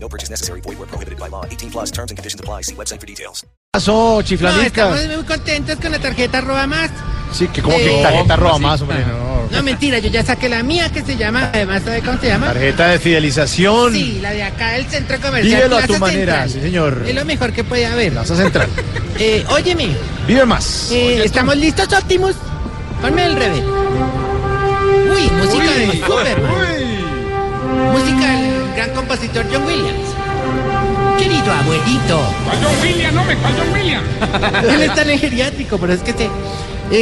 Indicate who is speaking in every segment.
Speaker 1: No purchase necessary. Void where prohibited by law. 18 plus terms and conditions apply. See website for details.
Speaker 2: pasó,
Speaker 3: No,
Speaker 2: chifladiscas?
Speaker 3: estamos muy contentos con la tarjeta Roba Más.
Speaker 2: Sí, que como que
Speaker 3: Sí.
Speaker 2: tarjeta
Speaker 3: No,
Speaker 2: roba
Speaker 3: sí,
Speaker 2: más, hombre. no.
Speaker 3: No, mentira, yo ya saqué la mía que se llama, además, ¿sabe cómo se llama?
Speaker 2: Tarjeta de fidelización.
Speaker 3: Sí, la de acá del centro comercial.
Speaker 2: Vívelo a
Speaker 3: Plaza
Speaker 2: tu manera,
Speaker 3: Central.
Speaker 2: sí, señor.
Speaker 3: Es lo mejor que puede haber.
Speaker 2: Plaza Central.
Speaker 3: Eh, óyeme,
Speaker 2: Vive más.
Speaker 3: eh, ¿estamos listos, Optimus? Ponme el rebel. Uy, música de Superman.
Speaker 2: Uy.
Speaker 3: Música del gran compositor John Williams. Querido abuelito.
Speaker 4: John William, no me John William.
Speaker 3: Él está en el geriátrico, pero es que se-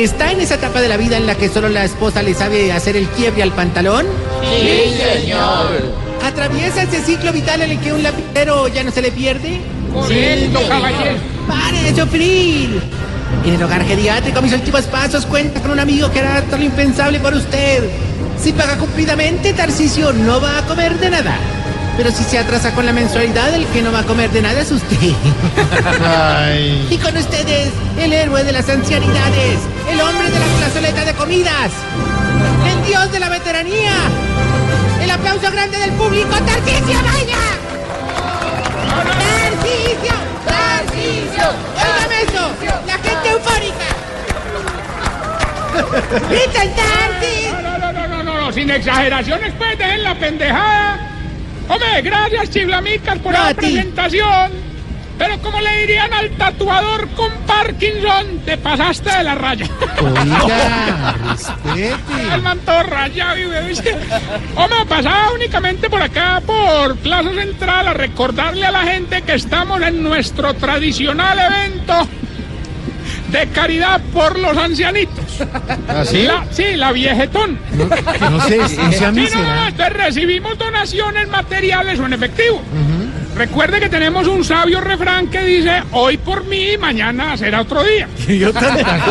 Speaker 3: está en esa etapa de la vida en la que solo la esposa le sabe hacer el quiebre al pantalón. Sí, señor. ¿Atraviesa ese ciclo vital en el que un lapicero ya no se le pierde?
Speaker 4: Correcto, caballero.
Speaker 3: ¡Pare de sufrir! En el hogar geriátrico, mis últimos pasos, cuenta con un amigo que hará todo lo impensable por usted. Si paga cumplidamente, Tarcisio no va a comer de nada. Pero si se atrasa con la mensualidad, el que no va a comer de nada es usted.
Speaker 2: Ay.
Speaker 3: Y con ustedes, el héroe de las ancianidades, el hombre de la plazoleta de comidas, el dios de la veteranía, el aplauso grande del público, Tarcisio Maya. Tarcisio, Tarcisio, óigame eso, la gente eufórica. ¡Griten Tarcis!
Speaker 4: No, no, no, no, no, no, sin exageraciones, pues dejen la pendejada. Hombre, gracias, chiflamicas, por
Speaker 3: No, a
Speaker 4: la
Speaker 3: ti.
Speaker 4: presentación. Pero como le dirían al tatuador con Parkinson, te pasaste de la raya.
Speaker 3: Oiga, respete.
Speaker 4: El man todo rayado y me dice, Hombre, pasaba únicamente por acá, por Plaza Central, a recordarle a la gente que estamos en nuestro tradicional evento de caridad por los ancianitos.
Speaker 2: ¿Así?
Speaker 4: La- sí, la viejetón.
Speaker 2: ¿ah, Que no sé, no sea
Speaker 4: Sí, no, no,
Speaker 2: mísera.
Speaker 4: entonces recibimos donaciones materiales o en efectivo. Recuerde que tenemos un sabio refrán que dice, hoy por mí, mañana será otro día.
Speaker 2: Y yo tan tacaño.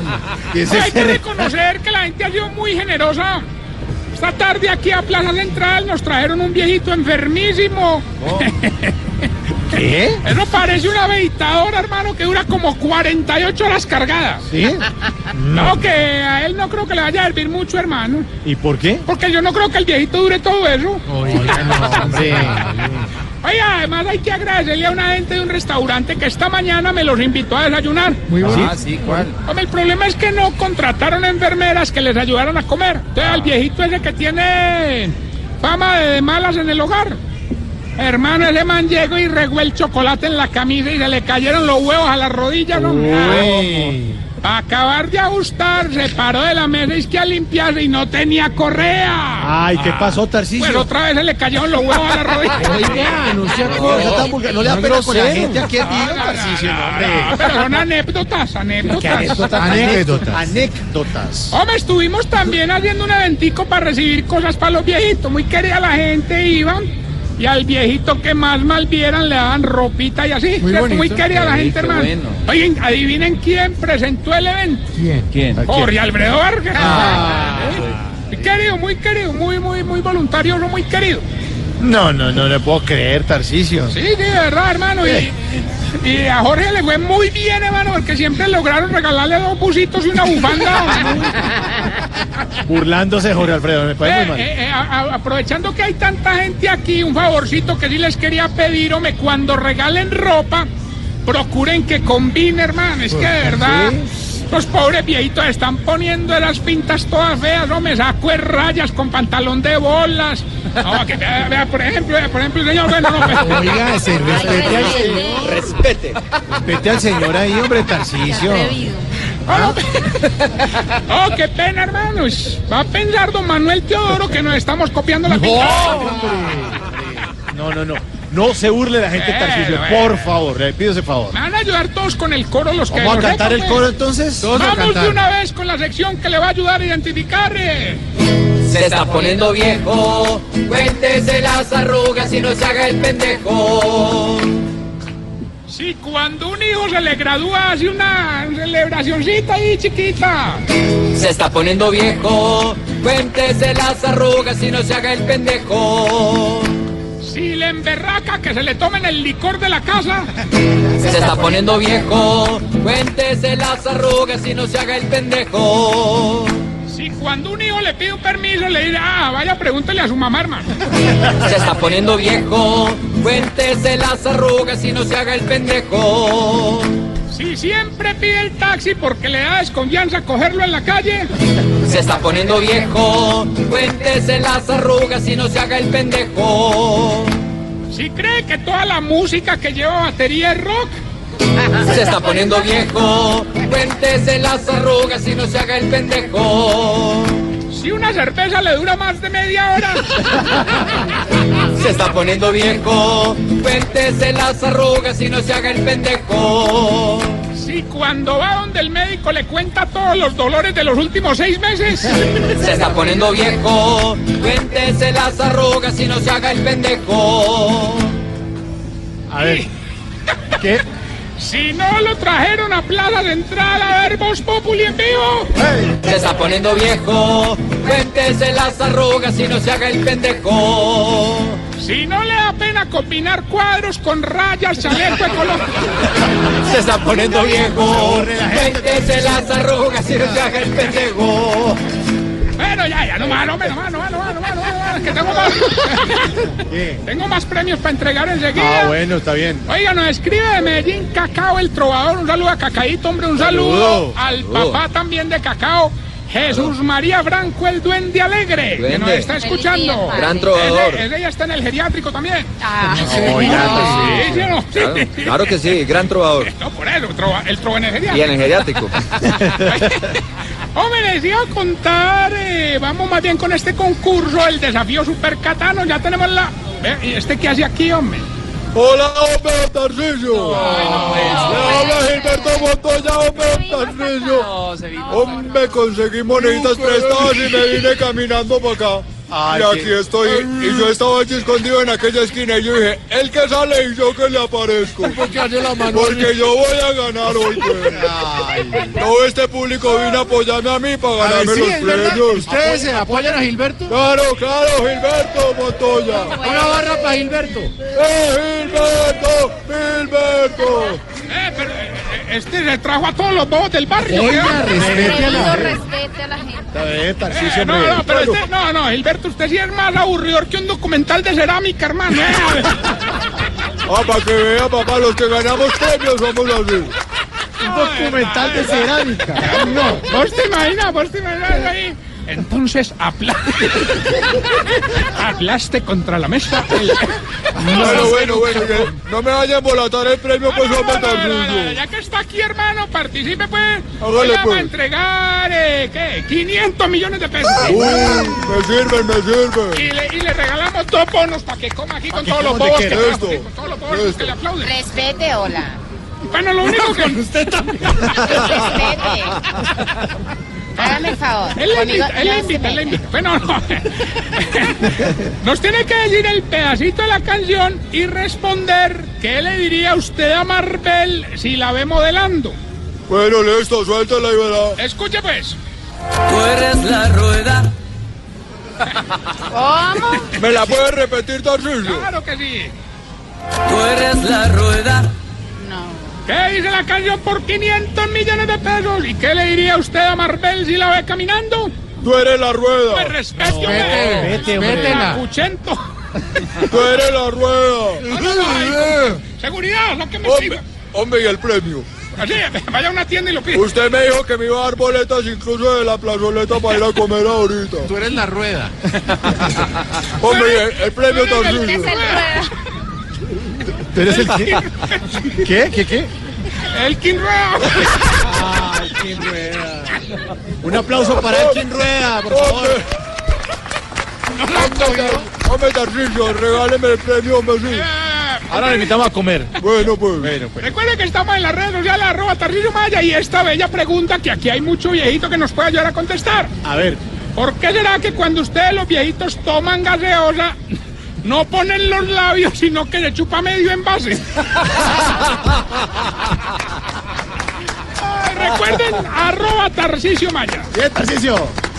Speaker 2: Que ese
Speaker 4: Hay que
Speaker 2: ser-
Speaker 4: reconocer que la gente ha sido muy generosa. Esta tarde aquí a Plaza Central nos trajeron un viejito enfermísimo.
Speaker 2: ¿Qué?
Speaker 4: Eso parece una meditadora, hermano, que dura como 48 horas cargadas.
Speaker 2: ¿Sí?
Speaker 4: No, que a él no creo que le vaya a servir mucho, hermano.
Speaker 2: ¿Y por qué?
Speaker 4: Porque yo no creo que el viejito dure todo eso.
Speaker 2: Oiga, no, hombre.
Speaker 4: Oye, además hay que agradecerle a una gente de un restaurante que esta mañana me los invitó a desayunar.
Speaker 2: Muy bueno. Ah, sí, ¿cuál?
Speaker 4: Hombre, el problema es que no contrataron enfermeras que les ayudaran a comer. Entonces, al viejito ese que tiene fama de malas en el hogar. Hermano, ese man llegó y regó el chocolate en la camisa y se le cayeron los huevos a las rodillas, ¿no?
Speaker 2: Uy.
Speaker 4: Para acabar de ajustar, se paró de la mesa y es que a limpiarse y no tenía correa.
Speaker 2: Ay, ¿qué pasó,
Speaker 4: Pues
Speaker 2: Tarcisio?
Speaker 4: otra vez se le cayeron los huevos a las rodillas.
Speaker 3: Oiga, no sea
Speaker 2: No, ya está vulgar, no le apena con la
Speaker 3: grosero.
Speaker 2: gente aquí al día, Tarcisio, no,
Speaker 4: Ah,
Speaker 2: hombre.
Speaker 4: Pero son anécdotas, anécdotas.
Speaker 2: Anécdotas. Anécdotas.
Speaker 4: Hombre, estuvimos también haciendo un eventico para recibir cosas para los viejitos. Muy querida la gente, iban. Y al viejito que más mal vieran le daban ropita y así. Muy, muy querida la gente, hermano. Oigan, adivinen quién presentó el evento.
Speaker 2: ¿A quién? Ah.
Speaker 4: Jorge Alfredo Vargas. Muy querido, muy querido, muy, muy, muy voluntario, no muy querido.
Speaker 2: No, no, no le puedo creer, Tarcisio.
Speaker 4: Sí, sí, de verdad, hermano. Y, y a Jorge le fue muy bien, hermano, porque siempre lograron regalarle dos busitos y una bufanda.
Speaker 2: Burlándose, Jorge Alfredo, me
Speaker 4: Eh,
Speaker 2: parece muy mal.
Speaker 4: eh, eh, a- a- aprovechando que hay tanta gente aquí, un favorcito que sí les quería pedir, hombre, cuando regalen ropa, procuren que combine, hermano. Es que de verdad, los pobres viejitos están poniendo de las pintas todas feas, hombre, saco de rayas con pantalón de bolas. No, que, vea, vea, por ejemplo, vea, por ejemplo, señor, bueno, no, pues,
Speaker 2: Oiga, se respete al señor. Respete al señor ahí, hombre, Tarcisio. ¿Ah?
Speaker 4: Oh, oh, qué pena, hermanos. Va a pensar don Manuel Teodoro que nos estamos copiando la pinta.
Speaker 2: No, no, no. No se burle la gente,
Speaker 4: Eh,
Speaker 2: Tarcisio.
Speaker 4: bueno.
Speaker 2: Por favor, le pido ese favor.
Speaker 4: Me van a ayudar todos con el coro los que
Speaker 2: ¿Vamos a
Speaker 4: nos
Speaker 2: cantar el
Speaker 4: recomen.
Speaker 2: coro entonces?
Speaker 4: Vamos de una vez con la sección que le va a ayudar a identificar. eh.
Speaker 5: Se está poniendo viejo, cuéntese las arrugas y no se haga el pendejo.
Speaker 4: Sí, cuando un hijo se le gradúa, hace una celebracioncita ahí chiquita.
Speaker 5: se está poniendo viejo. Cuéntese las arrugas y no se haga el pendejo.
Speaker 4: Si le emberraca que se le tomen el licor de la casa.
Speaker 5: Se está poniendo viejo. Cuéntese las arrugas y no se haga el pendejo.
Speaker 4: Si cuando un hijo le pide un permiso, le dirá, ah, vaya, pregúntele a su mamá, hermano.
Speaker 5: Se está poniendo viejo. Cuéntese las arrugas y no se haga el pendejo.
Speaker 4: Si siempre pide el taxi porque le da desconfianza cogerlo en la calle.
Speaker 5: Se está poniendo viejo. Cuéntese las arrugas y no se haga el pendejo.
Speaker 4: Si cree que toda la música que lleva batería es rock.
Speaker 5: Se está poniendo viejo. Cuéntese las arrugas y no se haga el pendejo.
Speaker 4: Si una cerveza le dura más de media hora.
Speaker 5: Se está poniendo viejo, cuéntese las arrugas y no se haga el pendejo.
Speaker 4: Si cuando va donde el médico le cuenta todos los dolores de los últimos seis meses.
Speaker 5: Se está poniendo viejo, cuéntese las arrugas y no se haga el pendejo.
Speaker 2: A ver. ¿Qué?
Speaker 4: Si no lo trajeron a plaza de entrada a ver Voz Populi en vivo.
Speaker 5: Se está poniendo viejo, cuéntese las arrugas y no se haga el pendejo.
Speaker 4: Si no le da pena combinar cuadros con rayas, chaleco ecológico.
Speaker 5: Se está poniendo viejo, cuéntese las arrugas y no se haga el pendejo.
Speaker 4: Bueno, ya, ya, no más, no más, no más, no más, no más, no más, no más, que tengo más. Tengo más premios para entregar enseguida.
Speaker 2: Ah, bueno, está bien.
Speaker 4: Oiga, nos escribe de Medellín Cacao el Trovador. Un saludo a Cacaíto, hombre. Un saludo,
Speaker 2: Saludo.
Speaker 4: al papá también de Cacao, Jesús María Branco, el Duende Alegre, que
Speaker 5: Duende.
Speaker 4: nos está escuchando.
Speaker 5: Gran trovador.
Speaker 4: Ese, ese ya está en el geriátrico también. Sí, sí, no, sí.
Speaker 5: Claro que sí, gran trovador.
Speaker 4: No, por eso, trova- el trova en el geriátrico.
Speaker 5: el geriátrico.
Speaker 4: Hombre, les iba a contar, eh, vamos más bien con este concurso, el desafío supercatano, ya tenemos la... Ve, ¿Y este qué hace aquí, hombre?
Speaker 2: Hola, Homero Tarcillo. Le habla Gilberto Montoya, Homero Tarcillo. Hombre, conseguí monedas prestadas y me vine caminando para acá. y aquí estoy, y yo estaba aquí escondido en aquella esquina y yo dije, el que sale y yo que le aparezco. Porque yo voy a ganar hoy. pues. Todo este público vino a apoyarme a mí para ganarme los premios.
Speaker 3: ¿Ustedes se apoyan a Gilberto?
Speaker 2: Claro, claro, Gilberto Montoya.
Speaker 3: Una barra para Gilberto.
Speaker 2: ¡Eh, Gilberto! ¡Gilberto!
Speaker 4: Eh, pero eh, eh, este se trajo a todos los bobos del barrio.
Speaker 3: Oiga,
Speaker 4: ¿qué?
Speaker 3: respete a la
Speaker 6: respete a la gente.
Speaker 4: Eh, no, no, pero este, no, no, Gilberto, usted sí es más aburridor que un documental de cerámica, hermano. eh.
Speaker 2: Ah, para que vea, papá, los que ganamos premios somos así.
Speaker 3: documental de cerámica. No.
Speaker 4: Vos te imaginas, vos te imaginas ahí. Entonces aplaste, aplaste contra la mesa. el-
Speaker 2: Bueno, bueno, bueno, que no me vayan a embolatar el premio, pues
Speaker 4: Ah, No, no,
Speaker 2: vamos
Speaker 4: no,
Speaker 2: tan
Speaker 4: no, no, no, ya que está aquí, hermano, participe, pues.
Speaker 2: Hágale,
Speaker 4: Oiga,
Speaker 2: pues.
Speaker 4: va a entregar, eh, ¿qué? 500 millones de pesos.
Speaker 2: Uy, me sirve, me sirve.
Speaker 4: Y le, y le regalamos dos bonos para que coma aquí con todos los bobos que
Speaker 2: quede.
Speaker 4: trajo, aquí, con todos los bobos
Speaker 2: Esto.
Speaker 4: que le aplauden.
Speaker 6: Respete, hola.
Speaker 4: Bueno, lo único que...
Speaker 6: Respete. Hágame el favor.
Speaker 4: Él la
Speaker 6: Conmigo
Speaker 4: invita, él la
Speaker 6: no se
Speaker 4: invita, él la
Speaker 6: meta.
Speaker 4: invita. Bueno, no. Nos tiene que decir el pedacito de la canción y responder qué le diría usted a Marvel si la ve modelando.
Speaker 2: Bueno, listo, suéltala y verá.
Speaker 4: Escuche pues.
Speaker 5: Tú eres la rueda.
Speaker 2: ¿Me la puedes repetir, Tarcillo?
Speaker 4: Claro que sí.
Speaker 5: Tú eres la rueda.
Speaker 4: ¿Qué dice la canción por 500 millones de pesos? ¿Y qué le diría usted a Marvel si la ve caminando?
Speaker 2: Tú eres la
Speaker 4: Pues
Speaker 2: rueda,
Speaker 4: respete, hombre. Cuchento.
Speaker 2: tú eres la rueda.
Speaker 4: Seguridad, lo que me
Speaker 2: Hombre,
Speaker 4: siga.
Speaker 2: hombre, y el premio.
Speaker 4: Así, vaya a una tienda y lo pide.
Speaker 2: Usted me dijo que me iba a dar boletas incluso de la plazoleta para ir a comer ahorita.
Speaker 3: Tú eres la rueda.
Speaker 2: Hombre, el, el premio
Speaker 6: Usted
Speaker 2: Tarcillo.
Speaker 6: se rueda.
Speaker 2: ¿Tú eres el qué? ¿Qué? ¿Qué? ¿Qué?
Speaker 4: El King Rock.
Speaker 3: Un aplauso para Elkin Rueda, por favor.
Speaker 2: Hombre, hombre Tarcillo, regáleme el premio, hombre, sí.
Speaker 3: Ahora le invitamos a comer.
Speaker 2: Bueno, pues.
Speaker 4: Recuerden que estamos en las redes sociales arroba Tarcisio Maya y esta bella pregunta que aquí hay mucho viejito que nos puede ayudar a contestar.
Speaker 3: A ver.
Speaker 4: ¿Por qué será que cuando ustedes los viejitos toman gaseosa, No ponen los labios, sino que le chupa medio envase. Ay, recuerden, arroba Tarcisio Maya.
Speaker 2: Bien, Tarcicio.